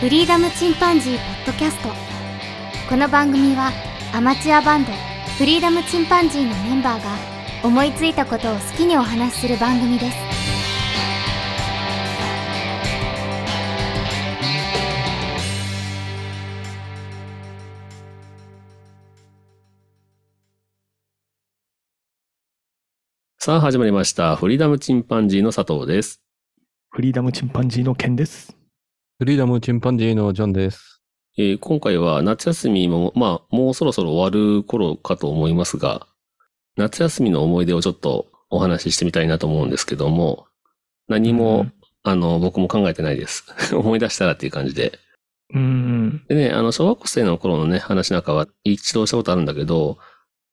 フリーダムチンパンジーポッドキャストこの番組はアマチュアバンドフリーダムチンパンジーのメンバーが思いついたことを好きにお話しする番組ですさあ始まりました。フリーダムチンパンジーの佐藤です。フリーダムチンパンジーの件です。フリーダムチンパンジーのジョンです。えー今回は夏休みも、まあ、もうそろそろ終わる頃かと思いますが、夏休みの思い出をちょっとお話ししてみたいなと思うんですけども、何も、うんあの、僕も考えてないです。 思い出したらっていう感じで。うん。でね、あの、小学生の頃のね、話なんかは一度したことあるんだけど、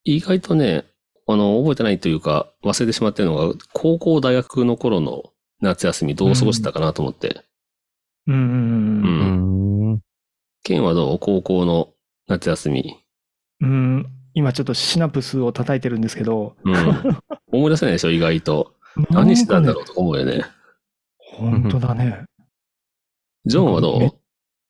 意外とね、あの、覚えてないというか、忘れてしまってるのが、高校、大学の頃の夏休みどう過ごしてたかなと思って。うん。ううんん。ん。ケンはどう高校の夏休み。うん。今ちょっとシナプスを叩いてるんですけど、うん。 思い出せないでしょ、意外と。何してたんだろううとか思うよね。本当だね。ジョンはどね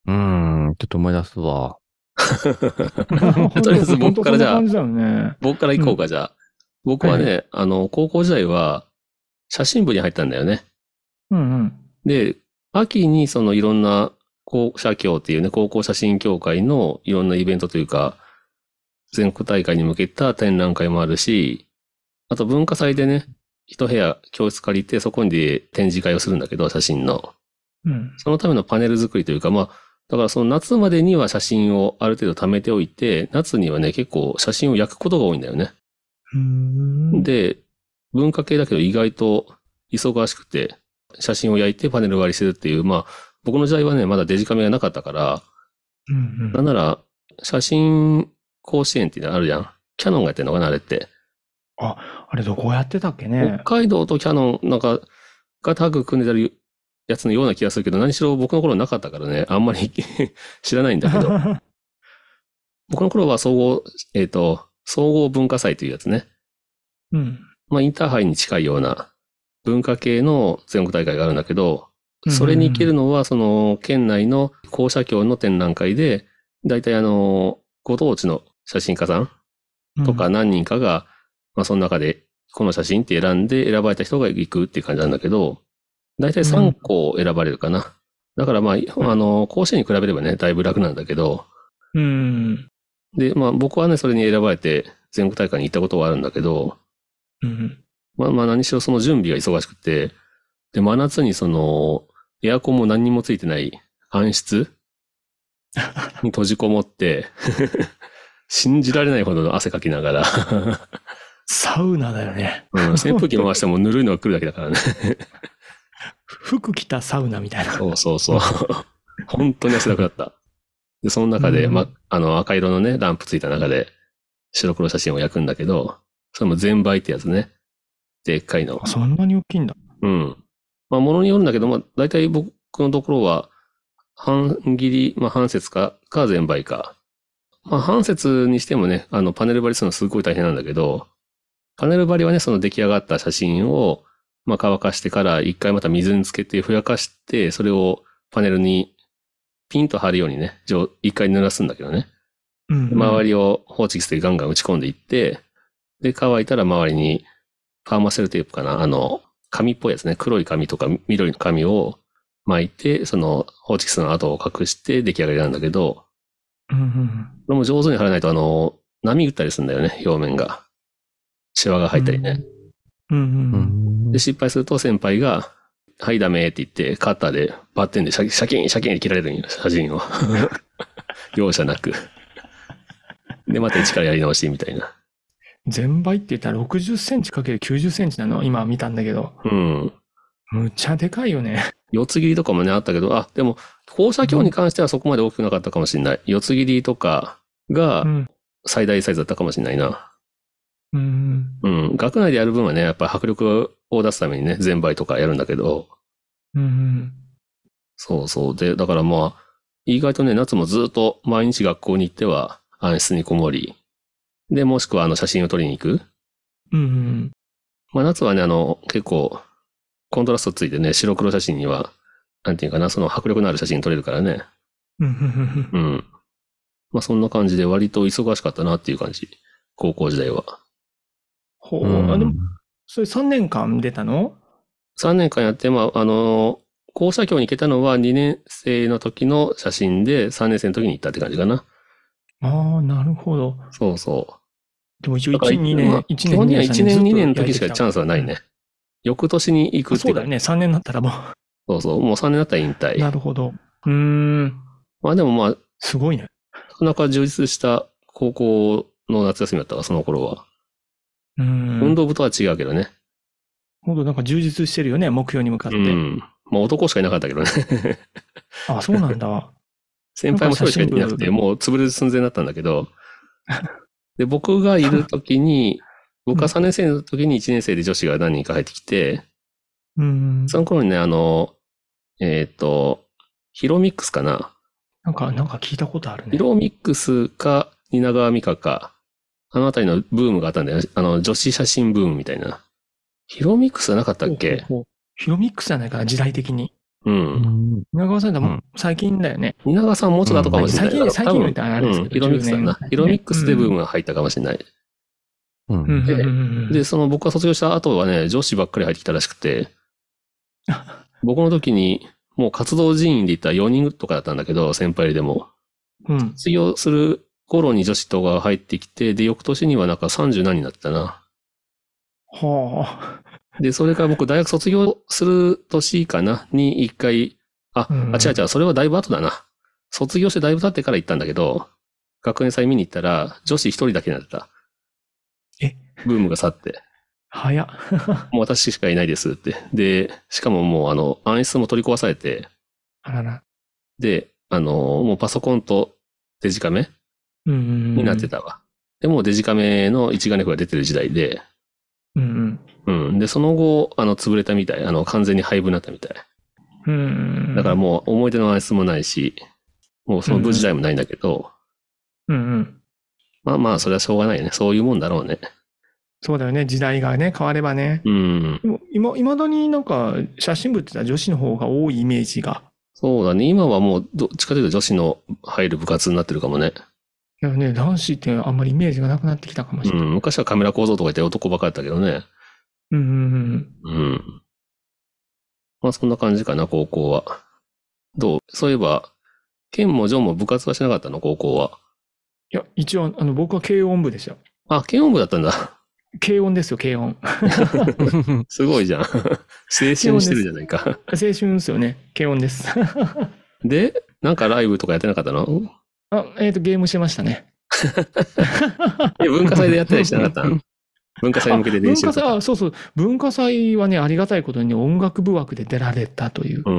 ううん。ちょっと思い出すわ。 とりあえず僕からじゃあ本当そんな感じだよね。僕から行こうか、じゃあ。僕はね、あの、高校時代は、写真部に入ったんだよね。うんうん。で、秋にそのいろんな、校舎協っていうね、高校写真協会のいろんなイベントというか、全国大会に向けた展覧会もあるし、あと文化祭でね、一部屋教室借りて、そこで展示会をするんだけど、写真の。うん。そのためのパネル作りというか、まあ、だからその夏までには写真をある程度貯めておいて、夏にはね、結構写真を焼くことが多いんだよね。うん。で、文化系だけど意外と忙しくて、写真を焼いてパネル割りするっていう、まあ、僕の時代はね、まだデジカメがなかったから、うんなんなら、写真甲子園っていうのあるじゃん。キャノンがやってるのかな、あれって。あれどこやってたっけね。北海道とキャノン、なんか、がタッグ組んでるやつのような気がするけど、何しろ僕の頃なかったからね、あんまり 知らないんだけど。僕の頃は総合、えっ、と、総合文化祭というやつね。うん。まあ、インターハイに近いような文化系の全国大会があるんだけど、それに行けるのは、その、県内の校舎協の展覧会で、だいたいあの、ご当地の写真家さんとか何人かが、まあ、その中で、この写真って選んで、選ばれた人が行くっていう感じなんだけど、だいたい3校選ばれるかな。だからまあ、あの、甲子園に比べればね、だいぶ楽なんだけど、うん。で、まあ僕はね、それに選ばれて全国大会に行ったことはあるんだけど、うん。まあまあ何しろその準備が忙しくて、で、真夏にその、エアコンも何にもついてない暗室に閉じこもって、 信じられないほどの汗かきながら、サウナだよね。うん、扇風機回してもぬるいのが来るだけだからね。服着たサウナみたいな。そうそうそう。 本当に汗だくだった。で、その中で、うんま、あの、赤色のね、ランプついた中で、白黒写真を焼くんだけど、それも全売ってやつね。でっかいのあ。そんなに大きいんだ。うん。まあ、ものによるんだけど、まあ、大体僕のところは、半切り、まあ、半節か、か全売か。まあ、半節にしてもね、あの、パネル張りするのすごい大変なんだけど、パネル張りはね、その出来上がった写真を、まあ、乾かしてから、一回また水につけて、ふやかして、それをパネルにピンと貼るようにね、上一回濡らすんだけどね。うん。周り。りをホーチキスでガンガン打ち込んでいって、で、乾いたら周りにパーマセルテープかな、あの、紙っぽいやつね、黒い紙とか緑の紙を巻いて、そのホーチキスの跡を隠して出来上がりなんだけど、うん。これも上手に貼らないと、あの、波打ったりするんだよね、表面が。シワが入ったりね。うん。うん。で、失敗すると先輩が、はい、ダメって言って、カッターでバッテンでシャキシャキンシャキンって切られるんよ、写真 を。容赦なく。で、また一からやり直しみたいな。全倍って言ったら60センチかける90センチなの今見たんだけど。うん。むちゃでかいよね。四つ切りとかもね、あったけど、あ、でも、放射鏡に関してはそこまで大きくなかったかもしれない。四つ切りとかがうん。最大サイズだったかもしれないな。うん。うん。学内でやる分はね、やっぱ迫力を出すためにね、全倍とかやるんだけど、うん。そうそう。で、だからまあ、意外とね、夏もずっと毎日学校に行っては暗室にこもり、で、もしくはあの写真を撮りに行く。うん。まあ夏はね、あの、結構、コントラストついてね、白黒写真には、なんていうかな、その迫力のある写真撮れるからね。うんうんうんうん。まあそんな感じで割と忙しかったなっていう感じ。高校時代は。ほうう。あ、でもん、それ3年間出たの3年間やって、まあ、あの、校舎教に行けたのは2年生の時の写真で3年生の時に行ったって感じかな。ああ、なるほど。そうそう。でも一応だから1、2まあ年、一基本には1年、2年の時しずっとやかってきたチャンスはないね。翌年に行くってそいううだかよね。3年になったらもそうそう。もう3年だったら引う。な退。るほど。うーん。まあでもまあ、なすごいね。かなか充実した高校の夏休みだったわ、その頃は。うーん。運動部とは違うけどね。本当なんか充実してるよね。目標に向かっうて。ん。まあ男しかいなかったけどね。あ、そうなんだ。先輩も一人しかいなくて、なんか写真部もう潰れる寸前だったんだけ ど、で、僕がいる時に、 僕が3年生の時に1年生で女子が何人か入ってきて、うーん。その頃にね、あの、えっ、と、ヒロミックスかな。なんか、なんか聞いたことあるね。ヒロミックスか、蜷川美香か、あのあたりのブームがあったんだよね。あの、女子写真ブームみたいな。ヒロミックスはなかったっけほうほうほうヒロミックスじゃないかな、時代的に。うん。稲川さんだもうんん、最近だよね。蜷川さんはもうちょっと後かもしれないけど。うん最近最近みたいなのあれですうけんどヒロミックスだ10な年。ヒロミックスでブームが入ったかもしれない。う。うんんでうんうんうんで、その僕が卒業した後はね、女子ばっかり入ってきたらしく て、僕の時に、もう活動人員で言ったら4人とかだったんだけど、先輩でも。うん。卒業する頃に女子とかが入ってきて、で、翌年にはなんか30何になってたな。はで、それから僕大学卒業する年かなに一回、あ、うんあ、違う違う、それはだいぶ後だな。卒業してだいぶ経ってから行ったんだけど、学園祭見に行ったら、女子一人だけになってた。えブームが去って。あ、早っ。もう私しかいないですって。で、しかももうあの、暗室も取り壊されて、あらら。で、あの、もうパソコンとデジカメうんうんうん。になってたた。わ。で、もうデジカメの一眼レフが出てる時代で、うんうん。で、その後、あの、潰れたみたい。あの、完全に廃部になったみたい。うん。うん。だから、もう思い出の暗室もないし、もうその部時代もないんだけど、うんうん。まあまあ、それはしょうがないよね。そういうもんだろうね。そうだよね、時代がね、変わればね。うん。でも、今、いまだになんか、写真部って言ったら女子の方が多いイメージが。そうだね。今はもう、どっちかというと女子の入る部活になってるかもね。だよね、男子ってあんまりイメージがなくなってきたかもしうれない。ん。昔はカメラ構造とか言って男ばっかりだったけどね。うんうんうん。うん。まあそんな感じかな、高校は。どうそういえば、ケンもジョンも部活はしなかったの、高校は。いや、一応、あの、僕は軽音部ですよ。あ、ケン音部だったんだ。 軽音ですよ、軽音。すごいじゃん。青春してるじゃないか。青春ですよね。軽音です。 で、なんかライブとかやってなかったのあ、えっ、と、ゲームしてましたね。え文化祭でやったりしなかったの文化祭に向けて練習文と化祭、か。あ、そうそう。文化祭はね、ありがたいことに音楽部枠で出られたという。うん。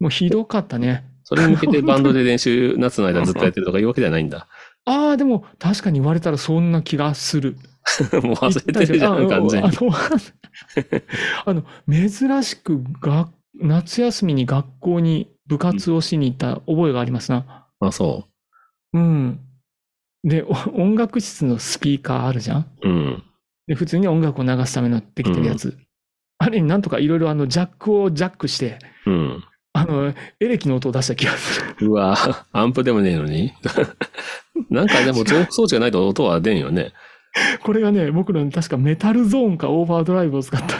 もうひどかったね。それに向けてバンドで練習、夏の間ずっとやってるとかいうわけじゃないんだ。ああ、でも確かに言われたらそんな気がする。もう忘れてるじゃん、完全あに。の、あの あの珍しくが夏休みに学校に部活をしに行った覚えがありますな。あ、そうん。で、お音楽室のスピーカーあるじゃんう。うん。で、普通に音楽を流すためのできてるやつ。あれになんとかいろいろあの、ジャックをジャックして、うん。あの、エレキの音を出した気がする。うわぁ、アンプでもねえのに。 なんかでも増幅装置がないと音は出んよね。これがね、僕の確かメタルゾーンかオーバードライブを使ったん だ。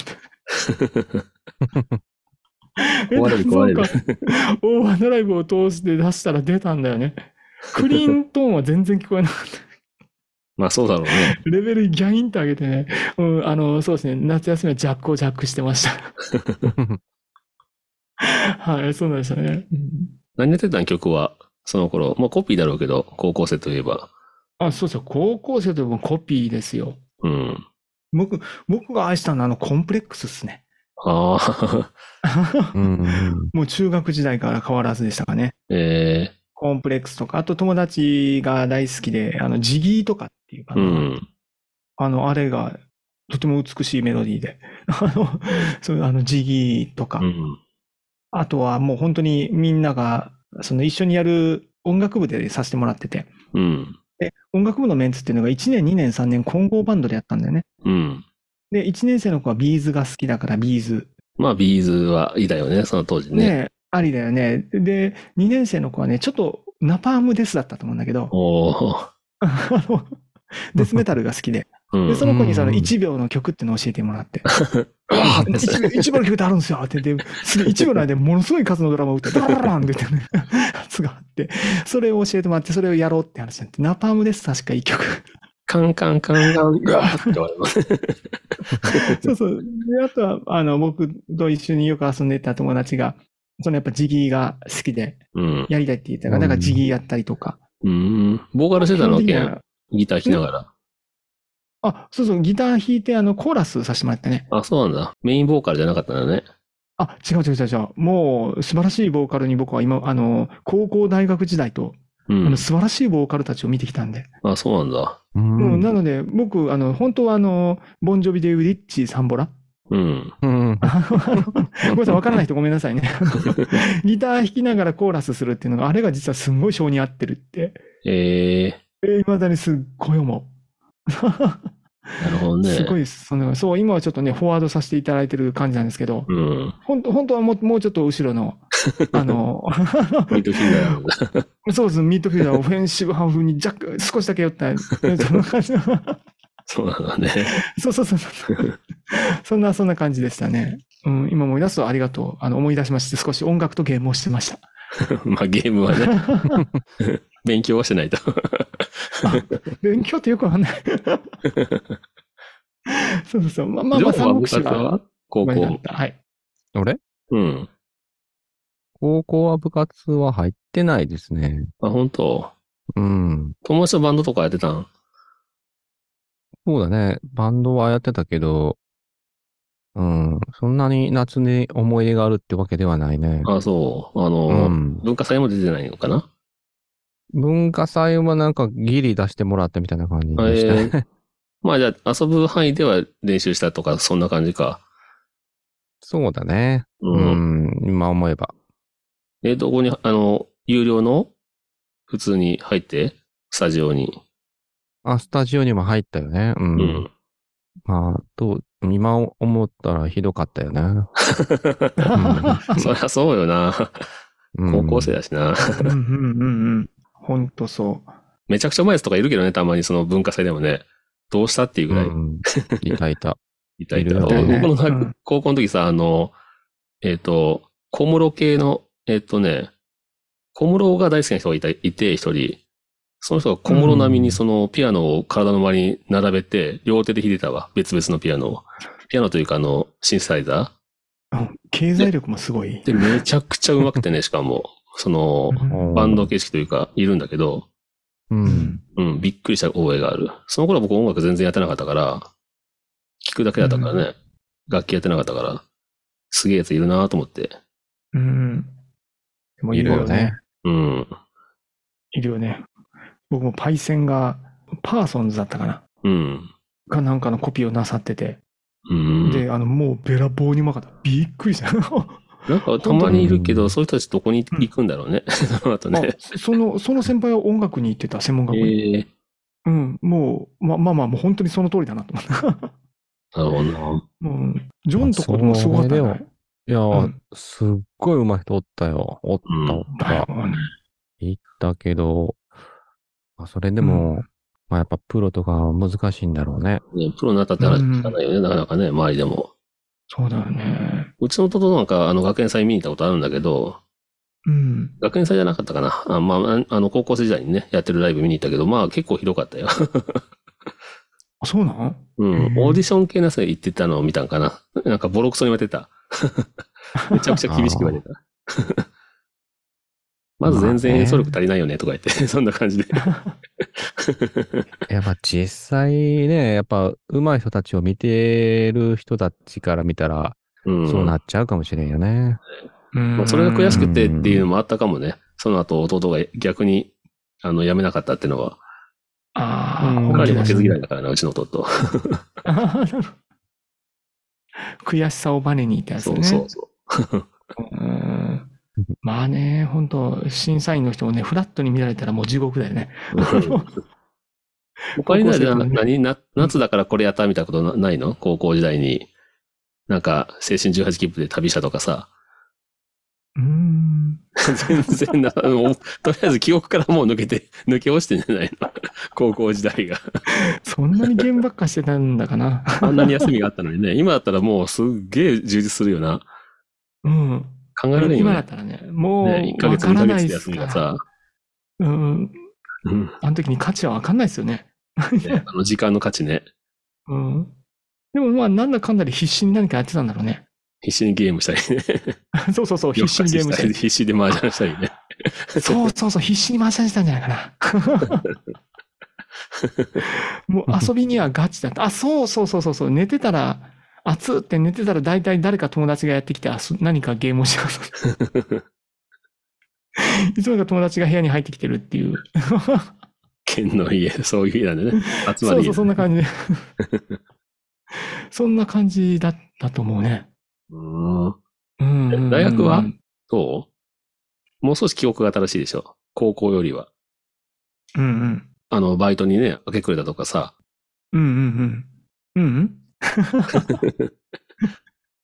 壊れる壊れるメタルゾーンかオーバードライブを通して出したら出たんだよね。クリーントーンは全然聞こえなかった。まあそうだろう ね。レベルギャインと上げてね、うん、あの、そうですね、夏休みはジャックをジャックしてま した。はい、そうなんでしたね。うん何やってたん曲は、その頃。まあコピーだろうけど、高校生といえば。あ、そうそう、高校生ともコピーですよ。うん。僕、僕が愛したのはあのコンプレックスです ね。ああ、うん。もう中学時代から変わらずでしたかね。 えコンプレックスとか、あと友達が大好きで、あの、ジギーとかっていうかえうな、ん。あの、あれが、とても美しいメロディーで、 あの、そう、あの、ジギーとか、うん。あとはもう本当にみんなが、その一緒にやる音楽部でさせてもらってて、うん。音楽部のメンツっていうのが1年、2年、3年混合バンドでやったんだよね。うん。で、1年生の子はビーズが好きだからビーズ。まあビーズはいいだよね、その当時ね。ねありだよね。で、2年生の子はね、ちょっとナパームデスだったと思うんだけど、おお。あの、デスメタルが好きで、うんで、その子にそのうん1秒の曲っていうのを教えても らって、1, 秒1秒の曲ってあるんですよって言って、1秒の間でものすごい数のドラマを打って、 ダララランって言ってね、やつがあって、それを教えてもらって、それをやろうって話になって、ナパームです、確か1曲。 カンカンカンカンガーって言われます。そうそう。で、あとは、あの、僕と一緒によく遊んでた友達が、そのやっぱジギーが好きで、うん。やりたいって言ったから、なんかジギーやったりとか。うん。ボーカルしてたの基本的にけはギター弾きながら。あ、そうそう、ギター弾いて、あの、コーラスさせてもらってね。あ、そうなんだ。メインボーカルじゃなかったんだね。あ、違う違う違う違う。もう、素晴らしいボーカルに僕は今、あの、高校大学時代と、うあんの、。素晴らしいボーカルたちを見てきたんで。あ、そうなんだ。ううんん、なので、僕、あの、本当はあの、ボンジョビでいうリッチー・サンボラ。うん。うんあのごめんなさい、わからない人ごめんなさいね。あのギター弾きながらコーラスするっていうのが、あれが実はすんごい性に合ってるって、ええいまだにすっごい思ー、なるほどう。ね。すごいですその。そう、今はちょっとね、フォワードさせていただいてる感じなんですけど、うん。本当本当はもうもうちょっと後ろの、あの、ミッドフィルダーなんだ。そうです、ミッドフィルダー、オフェンシブハーフに若干、少しだけ寄った、 そんな感じの、 そうなんだね。 そうそうそうそう。そんな、そんな感じでしたね。うん、今思い出すとありがとう。あの、思い出しまして、少し音楽とゲームをしてました。まあゲームはね、 勉強はしてないと。勉強ってよくわかんない。 そうそうそう。まあまあジョまあ、ンは部三国志活はは高まあや校っ。た。はい。俺うん。高校は部活は入ってないですね。あ、本当うん。友達とバンドとかやってたんそうだね。バンドはやってたけど、うん。そんなに夏に思い出があるってわけではないね。あ、そう。あの、うん。文化祭も出てないのかな文化祭はなんかギリ出してもらったみたいな感じでした。えーまあじゃあ遊ぶ範囲では練習したとか、そんな感じか。そうだね。う。うんん。今思えば。え、どこに、あの、有料の普通に入って、スタジオに。あ、スタジオにも入ったよね。う。うんん。まあ、と、今思ったらひどかった よね。そりゃそうよな。うん高校生だしな。 うんうんうんうん。ほんとそう。めちゃくちゃうまいやつとかいるけどね、たまにその文化祭でもね。どうしたっていうぐらい。うんいた いた。いたいた。いる僕みたいねのさうん高校の時さ、あの、えっ、と、小室系の、えっ、とね、小室が大好きな人がいた、いて、一人。その人が小室並みにそのピアノを体の周りに並べて、両手で弾いてたわ。別々のピアノを。ピアノというかあの、シンセサイザうん経済力もすごいー。で、。めちゃくちゃ上手くてね、しかも、その、うんバンド形式というか、いるんだけど、うん。うん、びっくりした覚えがある。その頃僕音楽全然やってなかったから、聞くだけだったからね。楽器やってなかったから、すげえやついるなと思って。うん。でもいるいよるよねね。うん。いるよね。僕もパイセンが、パーソンズだったかな。うん。がなんかのコピーをなさってて。うん。で、あの、もうべらぼうにうまかった。びっくりした。なんかたまにいるけうど、んそういう人たちどこに行くんだろうね。 その後ね。 あその、その先輩は音楽に行ってた、専門え学校に。えうん、もう、ま、まあまあ、もう本当にその通りだなと思った。なるほどな。もう、ジョンとかでもすごかったよまあね。いやー、うんすっごい上手い人おったよ。おった、うんおっだよた。ねいたけど、まあ、それでも、うんまあやっぱプロとかは難しいんだろうね。ねプロになったって話聞かないよね、なかなかね、周りでも。そうだよね。うちの弟なんか、あの、学園祭見に行ったことあるんだけど、うん。学園祭じゃなかったかな。あまあ、あの、高校生時代にね、やってるライブ見に行ったけど、まあ結構ひどかったよ。あ、そうなんうん、へえオーディション系のやつで行ってたのを見たんかな。 なんかボロクソに言われて た。めちゃくちゃ厳しく言われてた。まず全然演奏力足りないよねとか言って、そんな感じ で。やっぱ実際ね、やっぱ上手い人たちを見てる人たちから見たら、うん。そうなっちゃうかもしれんよね。まあそれが悔しい。くてっていうのもあったかもね。その後弟が逆に、あの、辞めなかったっていうのは、ああ、うん彼に負本気だけしず嫌いだからな、うちの弟。あーなるほど 悔しさをバネにいたやつそね。うそうそうんまあね、本当審査員の人もね、フラットに見られたらもう地獄だよね。う。うん他にない高校生の時ね何な夏だからこれやったみたいなことなないの高校時代に。なんか、青春18切符で旅したとかさ。うーん。全然な、もうとりあえず記憶からもう抜けて、抜け落ちてんじゃないの 高校時代が。そんなにゲームばっかしてたんだかな。あんなに休みがあったのにね。今だったらもうすっげえ充実するよな。うん。考えられんよ今だねっ。たらね、もう、ね、1ヶわ月、か2らヶな月いでで休すみかがらさ、。うん。うん、あの時に価値はわかんないですよね。ねあの時間の価値ね。うん。でもまあ、なんだかんだで必死に何かやってたんだろうね。 必死にゲームしたりね。そうそう そう、必死にゲームしたり。 必死で麻雀したりね。そうそうそう、必死に麻雀したんじゃない かな。もう遊びにはガチだった。あ、そうそうそうそうそう、寝てたら、熱って寝てたら大体誰か友達がやってきて、あそ何かゲームをしてます。 いつもか友達が部屋に入ってきてるっていう。県の家、そういう家なんでね。集まそりう家そう、そん な感じで。そんな感じだったと思うね。うんうんうんうん大学はどうもう少し記憶が新しいでしょ。高校よりは。うんうん。あの、バイトにね、明け暮れたとかさ。うんうんうん。うんうん。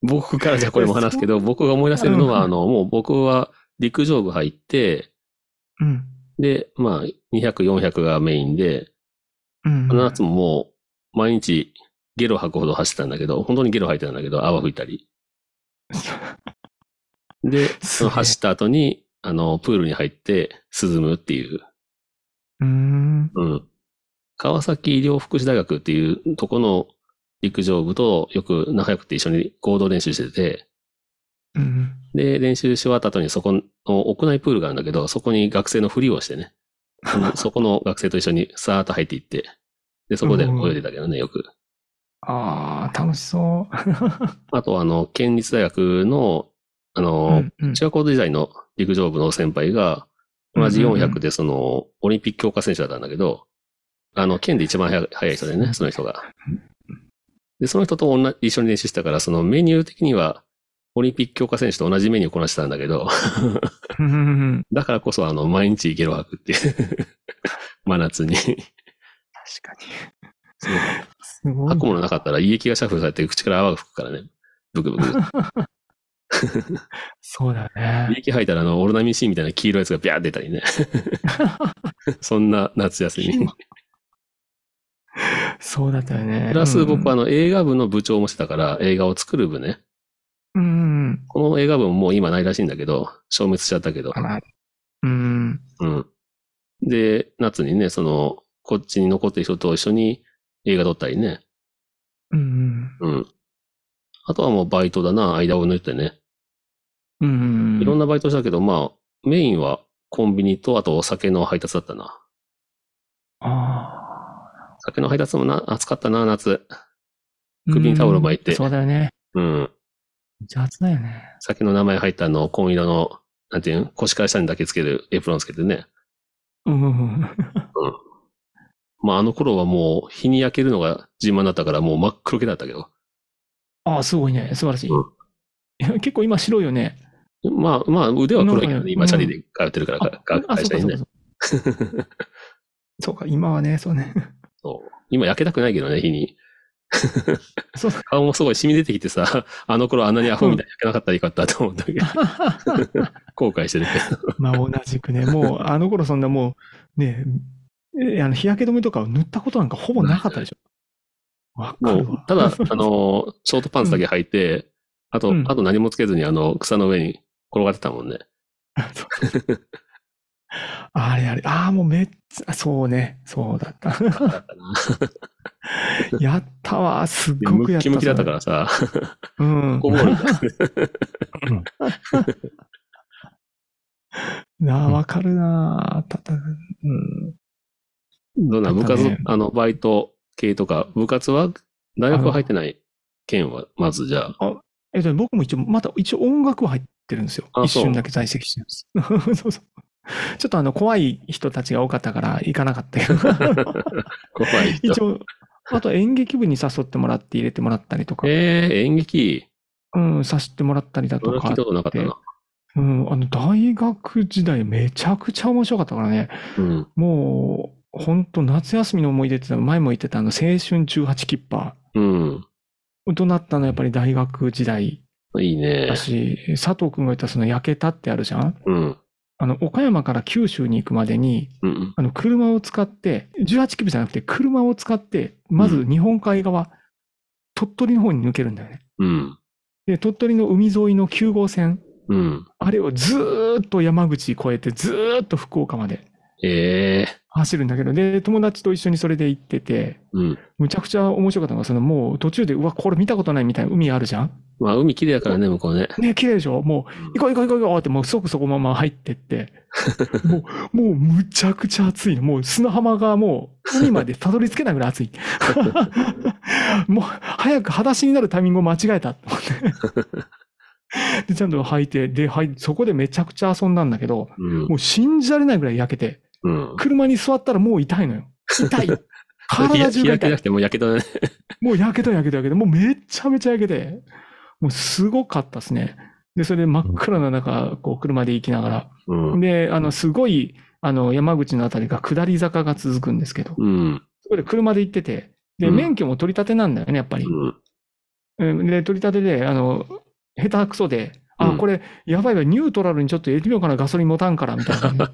僕からじゃこれも話すけ ど、僕が思い出してるのは、うんあの、もう僕は陸上部入って、うんで、まあ、200、400がメインで、うん。あの夏ももう、毎日、ゲロ吐くほど走ってたんだけど、本当にゲロ吐いてたんだけど、泡吹いたり。で、その走った後に、あの、プールに入って涼むっていう、うーん。うん。川崎医療福祉大学っていうとこの陸上部とよく仲良くて一緒に合同練習してて、うん。で、練習し終わった後にそこの屋内プールがあるんだけど、そこに学生のふりをしてね、あ のそこの学生と一緒にさーっと入っていって、で、そこで泳いでたけどね、よく。ああ、楽しそう。あと、あの、県立大学の、あの、うんうん中学校時代の陸上部の先輩が、同じ400でその、オリンピック強化選手だったんだけど、あの、県で一番速い速い人でね、その人が。で、その人と同じ一緒に練習してたから、そのメニュー的には、オリンピック強化選手と同じメニューこなしてたんだけど、うんうんだからこそ、あの、毎日ゲロ吐くっていう。 真夏に。確かに。そうすごい吐く。ものなかったら胃液がシャッフルされて口から泡が吹くからね。ブクブ ク。そうだね胃。液吐いたら、あの、オロナミン C みたいな黄色いやつがビャー出たり ね。そんな夏休み。そうだったよね。プラス僕はあの、の、映画部の部長もしてたから、映画を作る部ね。うんうん。この映画部ももう今ないらしいんだけど、消滅しちゃったけどあ。ら。うん。うん。で、夏にね、その、こっちに残ってる人と一緒に映画撮ったりね。うんうん。あとはもうバイトだな、間を抜いてね。うん。うん。いろんな。なバイトしたけど、まあ、メインはコンビニと、あとお酒の配達だったな。ああ。酒の配達もな、暑かったな、夏。首にタオル巻いてうんそうだよね。うん。雑だよね。酒の名前入ったあの、紺色の、なんていうん、腰から下にだけつけるエプロンつけてね。うんうんうん。まあ、あの頃はもう、日に焼けるのが自慢だったから、もう真っ黒けだったけど。ああ、すごいね。素晴らしい。うんいや 結構今白いよね。まあ、まあ、腕は黒いけどうね、ん今、チャリで通ってるから、かかあ、会そ社うかにそうねか。。そうか、今はね、そうね。 そう今、焼けたくないけどね、日に。そう顔もすごい染み出てきてさ、 あの頃あんなにアホみたいに焼けなかったらよかったと思ったけど、後悔してるけど。まあ同じくね、もうあの頃そんなもう、ねえ、えあの日焼け止めとかを塗ったことなんかほぼなかったでしょ。わかもるうわ、。ただ、あの、ショートパンツだけ履いて、あと、うんあと何もつけずに、あの、草の上に転がってたもんね。あれあれ、ああ、もうめっちゃ、そうね、そう だった。だったなやったわ、すっいやごくムやッった。キムキだったからさ、ら。うんゴ。ムボールだ。なあ、わかるなあたた、うん。どんな部活、だったねあの、バイト系とか、部活は、大学は入ってない県は、まずじ ゃあ。えっと、僕も一応、また一応音楽は入ってるんですよ。あ一そう瞬だけ在籍してます。 そうそう。ちょっとあの、怖い人たちが多かったから行かなかったけど。怖い人。一応、あと演劇部に誘ってもらって入れてもらったりとか、えー、演劇。うん、させてもらったりだそれはと聞かいた、ことなかったな。うん、あの、大学時代めちゃくちゃ面白かったからね、うん。もう、ほんと夏休みの思い出って言ったら前も言ってたあの、青春18切符うん。となったのはやっぱり大学時代いいね。私、佐藤君が言ったその焼けたってあるじゃんうん。あの、岡山から九州に行くまでに、うんうん。あの、車を使って、18キロじゃなくて、車を使って、まず日本海側、鳥取の方に抜けるんだよね。うん。で、鳥取の海沿いの9号線、うん。あれをずーっと山口越えて、ずーっと福岡までええ走るんだけど、で、友達と一緒にそれで行ってて、うん。むちゃくちゃ面白かったのが、そのもう途中で、うわ、これ見たことないみたいな海あるじゃんまあ、海綺麗だからね、向こうね。ね、綺麗でしょもう、行こう行こう行こう行こうって、もう即そこまま入ってって、もう、もうむちゃくちゃ暑いの。もう砂浜がもう、海までたどり着けないぐらい暑い。もう、早く裸足になるタイミングを間違えたと思って。で、ちゃんと履いて、で、はい、そこでめちゃくちゃ遊んだんだけど、うんも。う信じられないぐらい焼けて、うん。車に座ったらもう痛いのよ。痛い。日焼日体中が焼痛けいなく。てもう焼けたね。もう焼けた焼けた焼けた。もうめっちゃめちゃ焼けて。もうすごかったですね。で、それで真っ暗な中、こう車で行きながうんら。。で、あの、すごい、あの、山口のあたりが下り坂が続くんですけど、うん。そこで車で行ってて、で、うん免許も取り立てなんだよね、やっぱりう。ん。うんで、取り立てで、あの、下手くそで、うあ、んこれ、やばいわ、ニュートラルにちょっと入れてみようかな、ガソリン持たんから、みた いなね。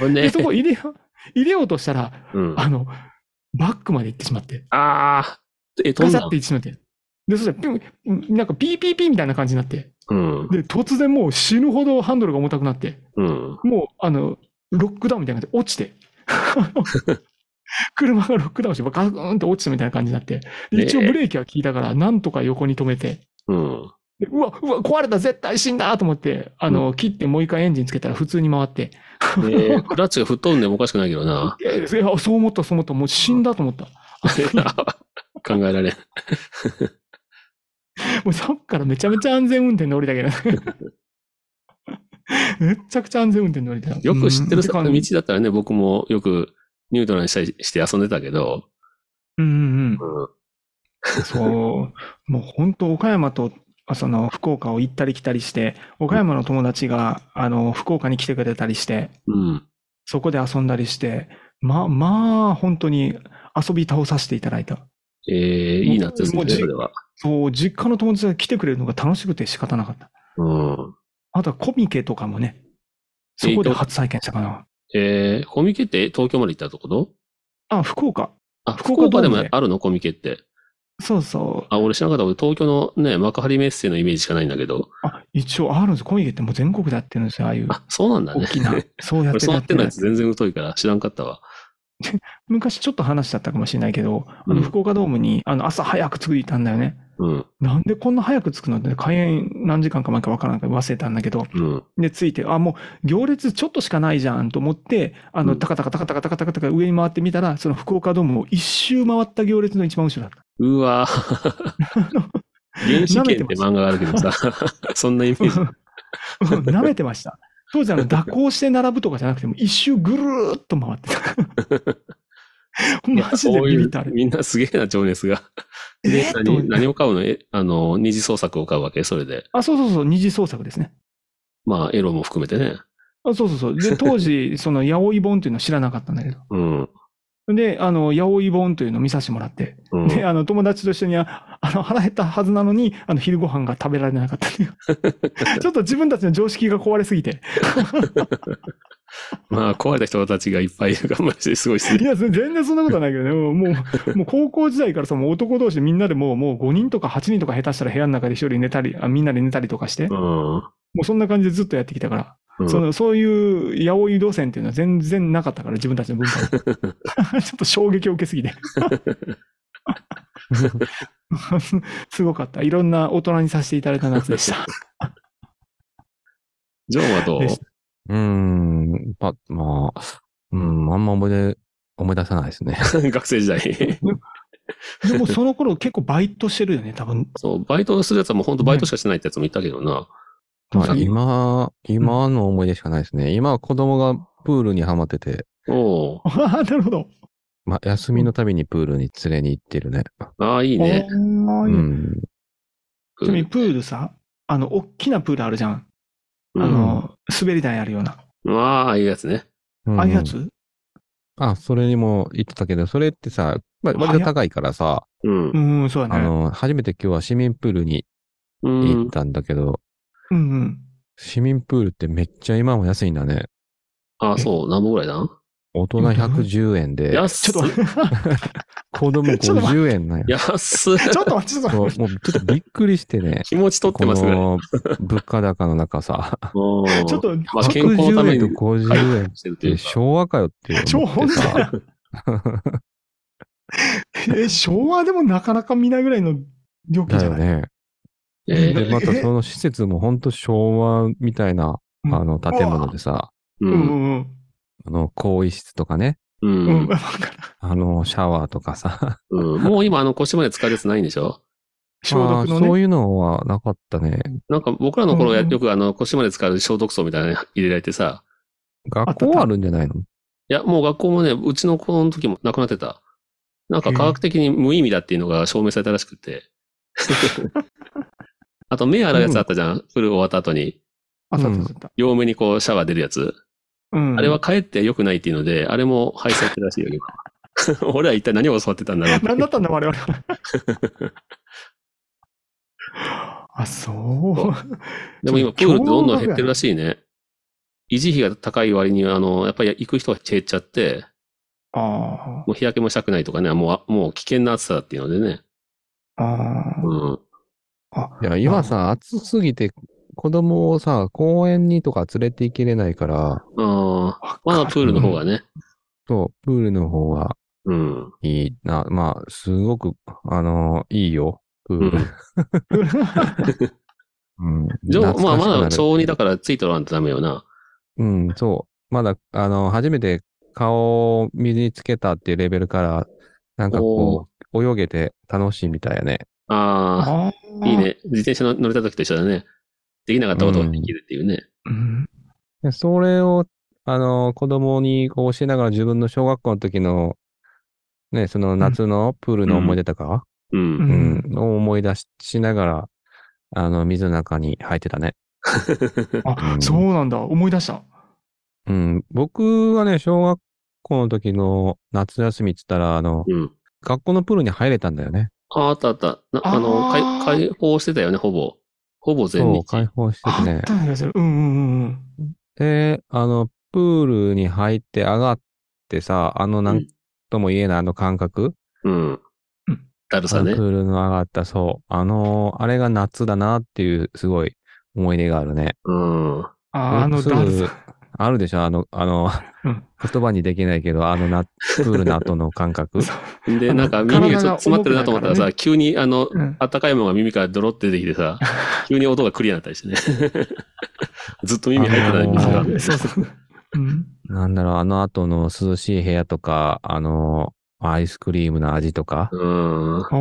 危ねで、えそ。こ入れよう、入れようとしたら、うん。ああの、バックまで行ってしまって。あー。え、飛ガんシャだっのて一って。で、そしたらピュン、なんかピーピーピーみたいな感じになって。うん。で、突然もう死ぬほどハンドルが重たくなって、うん。もう、あの、ロックダウンみたいな感じで落ちて。 車がロックダウンして、ガーンと落ちたみたいな感じになって。で一応ブレーキは効いたから、なんとか横に止めて。うん。でうわ、うわ、壊れた、絶対死んだと思って、あの、切ってもう一回エンジンつけたら普通に回って。ええクラッチが吹っ飛んでもおかしくないけどな。 いやいやそう思った、そう思った。もう死んだと思った。考えられん。もうさっきからめちゃめちゃ安全運転乗りだけど。 めちゃくちゃ安全運転乗りだよく知ってるさうん道だったらね、僕もよくニュートラルにしたりして遊んでたけど、うんうんうん。うん。そう。もう本当、岡山と、あその、福岡を行ったり来たりして、岡山の友達が、あの、福岡に来てくれたりして、うん。そこで遊んだりして、ま、まあ、本当に遊び倒させていただいた。ええいい夏ですもね、うじそれは。そう、実家の友達が来てくれるのが楽しくて仕方なかった。うん。あとはコミケとかもね、そこで初体験したかな。ええコミケって東京まで行ったとことあ、福岡。あ、福福岡ド岡ームででもあるのコミケって。そうそう。あ、俺知らなかった。俺東京のね、幕張メッセのイメージしかないんだけど。あ、一応あるんです。コミケってもう全国でやってるんですよ。ああいうあ、そうなんだ大ね。きな。そう俺やってる触ってないやつやってる全然疎いから知らんかったわ。昔ちょっと話しちゃったかもしれないけど、あうの、ん福岡ドームに、あの、朝早く着いたんだよね。うん。なんでこんな早く着くのって、開演何時間か前かわからんから忘れたんだけど、うん。で、着いて、あ、もう行列ちょっとしかないじゃんと思って、あうの、んたかたかたかたかたかたかたか上に回ってみたら、その福岡ドームを一周回った行列の一番後ろだった。うわ ぁ。原始圏って漫画があるけどさ、そんなイメージ。うん 舐めてました。当時あの、蛇行して並ぶとかじゃなくても、一周ぐるーっと回ってた。 マジでビビったあこれういう。みんなすげえな、情熱が。えでー、と思っ何、て何を買うのえ、あの、二次創作を買うわけそれで。あ、そうそうそう、二次創作ですね。まあ、エロも含めてね。あそうそうそう。で、当時、その、八百本っていうの知らなかったんだけど。うん。で、あの、八百本というのを見させてもらって。うん、で、あの、友達と一緒に、ああの、腹減ったはずなのに、あの、昼ご飯が食べられなかったって いう。ちょっと自分たちの常識が壊れすぎて。まあ、壊れた人たちがいっぱいいるから、マジですごいっすいね。や、それ全然そんなことはないけどね。もう、もう、もう高校時代からさ、もう男同士みんなでもう、もう5人とか8人とか下手したら部屋の中で一人寝たり、あみんなで寝たりとかして、うもん。うそんな感じでずっとやってきたから。うん そのそういう八百屋路線っていうのは全然なかったから、自分たちの文化 にちょっと衝撃を受けすぎて。 すごかった。いろんな大人にさせていただいた夏 でした。ジョンはどうですうーん、ぱ、まあ、うん、あんま思い出、思い出さないですね。 学生時代。でもその頃結構バイトしてるよね、多分。そう、バイトするやつはもう本当バイトしかしてないってやつもいたけどな。まあ、確かに今、今の思い出しかないですね。今は子供がプールにはまってて、おう ああ、なるほど。まあ、休みのたびにプールに連れに行ってるね。ああ、いいね。おうーん。ちなみにプールさ、あの、大きなプールあるじゃん。うんあの、滑り台あるような。うんああ、ああいうやつね。うんああいうやつあ、それにも言ってたけど、それってさ、まあ割と高いからさ、うんう。ん、そうあだね。の、初めて今日は市民プールにう行っん。たんだけど、うんうん。市民プールってめっちゃ今も安いんだね。あ、そう、何本ぐらいだ大人110円で、安ちっょっと、子供ちょっと待50 円なんや。安っ。ちょっと待って、ちょっとそう待もっうてちょっとびっくりしてね気持ち取ってこますね。の物価高の中さ、うんちょっと、 まあ、健康のために110円と50円っしてるといてうか。昭和かよって超思っだてさよ。え、昭和でもなかなか見ないぐらいの料金だじゃよない、ね。ええで、またその施設もほんと昭和みたいな、あうんの、建物でさ、ううんん。うんあの、更衣室とかね、ううん。うん、んわかるあの、シャワーとかさ、うん。もう今、あの、腰まで使えるやつないんでしょ消毒まのね。あそういうのはなかったね。なんか僕らの頃や、うんよくあの、腰まで使う消毒槽みたいなの入れられてさ。学校あるんじゃないのいや、もう学校もね、うちの子の時もなくなってた。なんか科学的に無意味だっていうのが証明されたらしく て。あと、目洗うやつあったじゃん。フル終わった後に。あったあったあった。両目にこう、シャワー出るやつ。うん。あれは、帰って良くないっていうので、あれも廃止されてるらしいよ、 今。俺は一体何を教わってたんだろうって何だったんだ、我々は。あ、そう。でも今、プールってどんどん減ってるらしいね。維持費が高い割に、あの、やっぱり行く人が減っちゃって、あもう日焼けもしたくないとかね、もう、もう危険な暑さだっていうのでね。あ。あうん。あ。いや、今さ、暑すぎて、子供をさ、公園にとか連れて行けれないから、ああ、まだプールの方がね。そう、プールの方がうん。いいな。まあ、すごく、あのいいよ、プール。うん。じゃあ、まあまだ小2にだからついとらんとダメよな。うん、そう。まだ、あの、初めて顔を身につけたっていうレベルから、なんかこう、泳げて楽しいみたいやね。あああ、いい。ね。自転車乗れた時と一緒だね。できなかったことができるっていうね。うん。でそれを、あの、子供にこう教えながら自分の小学校の時の、ね、その夏のプールの思い出とか、ううんん。うん、を思い出ししながら、あの、水の中に入ってたね。あ、そうなんだ。思い出した。うん、僕はね、小学校の時の夏休みって言ったら、あの、うん。学校のプールに入れたんだよね。ああ、あったあった。なあのあー解、解放してたよね、ほぼ。ほぼ全そう、日。開放してあてっね。たような気がする。うんうんうんで、あの、プールに入って上がってさ、あの、なんとも言えないあの感覚、うんうん。だるあさのねプ。ールの上がった、そう、あの、あれが夏だなっていう、すごい思い出があるね。うん。あうん。あ、あのダンス。あるでしょあの、あのうん、言葉にできないけど、あのな、プールの後の 感覚。で、あのなんか耳がちょっと詰まってるなと思ったら体が重くなさ、急にあの、うんあったかいものが耳からドロって出てきてさ、急に音がクリアになったりしてね。 ずっと耳入ってたのに水あがの。そうそう。うん。なんだろう、あの後の涼しい部屋とか、あの、アイスクリームの味とか、うん。うああ。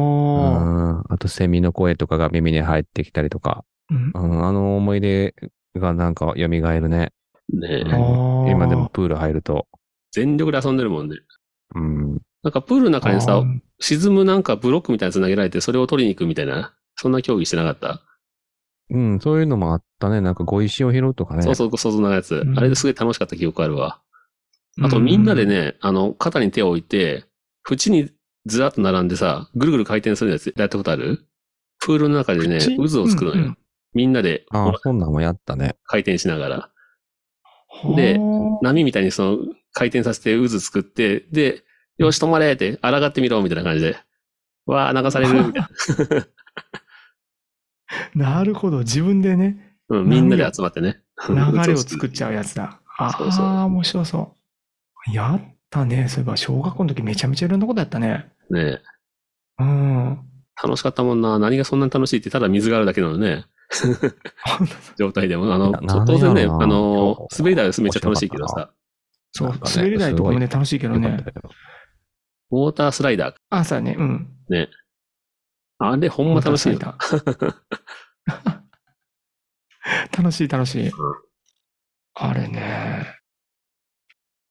ん、あとセミの声とかが耳に入ってきたりとか、うんうん、あの思い出がなんか蘇るね。ねえあー今でもプール入ると。全力で遊んでるもんね。うん、なんかプールの中にあさ、ー沈むなんかブロックみたいなやつ投げられて、それを取りに行くみたいな、そんな競技してなかった。うん、そういうのもあったね。なんか碁石を拾うとかね。そうそう、想像のやつう。んあれですごい楽しかった記憶あるわ。あとみんなで。ね、あの、肩に手を置いて、縁にずらっと並んでさ、ぐるぐる回転するやつやったことあるプールの中でね、口渦を作るのよ。うんうんみんなでああ、そんなんもやったね。回転しながら。うんでは波みたいにその回転させて渦作って、で、よし止まれって、抗ってみろみたいな感じで。わあ、流されるみ たいな。あなるほど。自分でね、うん、みんなで集まってね。流 れを作っちゃうやつだ。あそうそうあ、面白そう。やったね。そういえば、小学校の時めちゃめちゃいろんなことやったね。う。ねうん。楽しかったもんな。何がそんなに楽しいって、ただ水があるだけなのね。状態でも。あのいやな、ん当然ね、やろなあの、滑り台はめっちゃ楽しいけど面白かさ、そなうんか、ね滑り台とかもね、す楽しいけどよかっねた。よ。ウォータースライダー。あ、そうだね。うん。あれ、ほんま楽しいよ。 楽しい楽しい。あれね。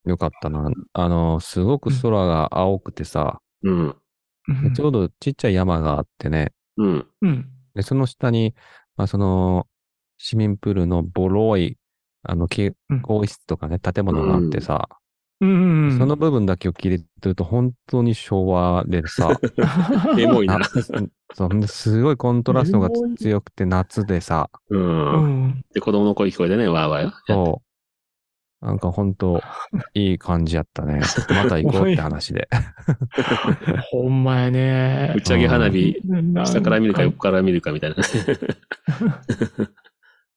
よかったな。あの、すごく空が青くてさ、うん。うんちょうどちっちゃい山があってね、うん。うん。で、その下に、まあ、その、市民プールのボロい、あの、きうん更衣室とかね、建物があってさ、うんうん。その部分だけを切り取ると本当に昭和でさ、エ モい な。夏そんですごいコントラストが強くて夏でさ、う。うんん。で、子供の声聞こえてね、わーわーや。そう。なんか本当いい感じやったね。また行こうって 話で。ほんまやね打。ち上げ花火、下から見るかなん横から見るかみたいな。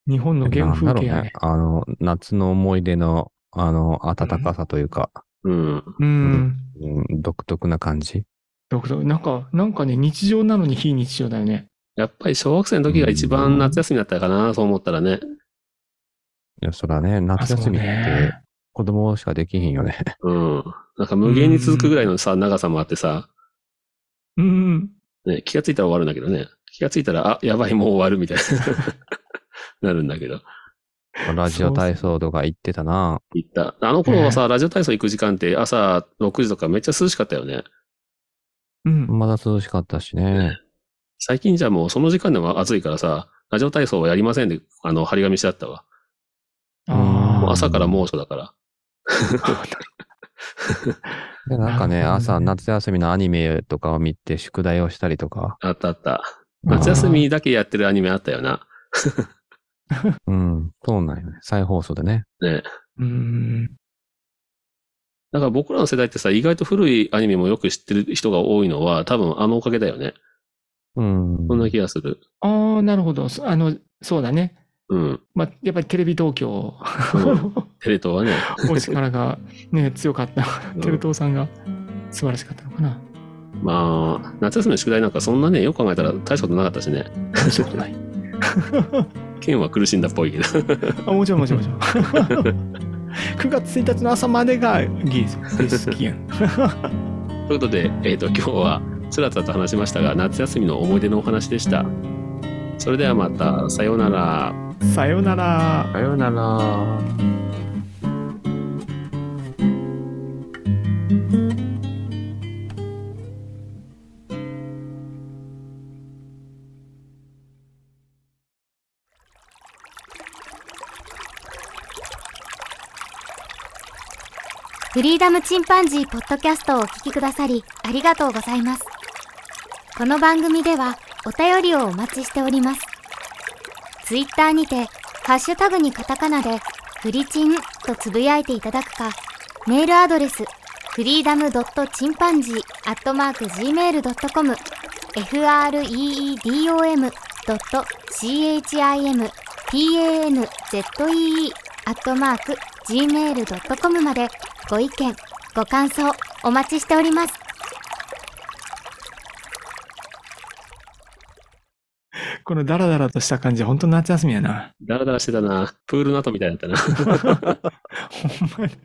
日本の原なんだ風ろう景やねね。。あの、夏の思い出の、あの、暖かさというか、うん。うん。うん、独特な感じ。独特なんか、なんかね、日常なのに非日常だよね。やっぱり小学生の時が一番夏休みだったかな、そう思ったらね。いや、そらね、夏休みっあそうてね子供しかできひんよ ね。うん。なんか無限に続くぐらいのさ、長さもあってさ、うん。ね、気がついたら終わるんだけどね。気がついたら、あ、やばい、もう終わるみたいな。な るんだけど。ラジオ体操とか行ってたな。行った。あの頃はさ、ラジオ体操行く時間って朝6時とかめっちゃ涼しかったよね。うん。まだ涼しかったしね。最近じゃもうその時間でも暑いからさ、ラジオ体操はやりませんで、あの、張り紙してあったわ。あもうー朝から猛暑だから。で、なんなるほどかね、ね朝、夏休みのアニメとかを見て宿題をしたりとか。あったあった。夏休みだけやってるアニメあったよな。うん、そうなんよね。再放送でね。ね。うん。だから僕らの世代ってさ、意外と古いアニメもよく知ってる人が多いのは、多分あのおかげだよね。うん。そんな気がする。ああ、なるほど。そあの、そうだね。うん。まあ、やっぱりテレビ東京、うんテレ東はね。お力がね、強かった。テレ東さんが素晴らしかったのかな。まあ、夏休みの宿題なんかそんなね、よく考えたら大したことなかったしね。そうない。県は苦しんだっぽいけど。あもちろんもちろんもちろん。9月1日の朝までがギリです。期限。ということで、えー、と今日はつらつらと話しましたが夏休みの思い出のお話でしたそれではまたさようならさようなら。さようなら。フリーダムチンパンジーポッドキャストをお聞きくださりありがとうございます。この番組ではお便りをお待ちしております。ツイッターにて、ハッシュタグにカタカナで、フリチンとつぶやいていただくか、メールアドレス、フリーダムドットチンパンジーアットマーク Gmail.com、freedom ドット chimpanzee アットマーク gmail.com までご意見、ご感想お待ちしております。このダラダラとした感じ、本当夏休みやな。ダラダラしてたなプールの後みたいだったなほんまに。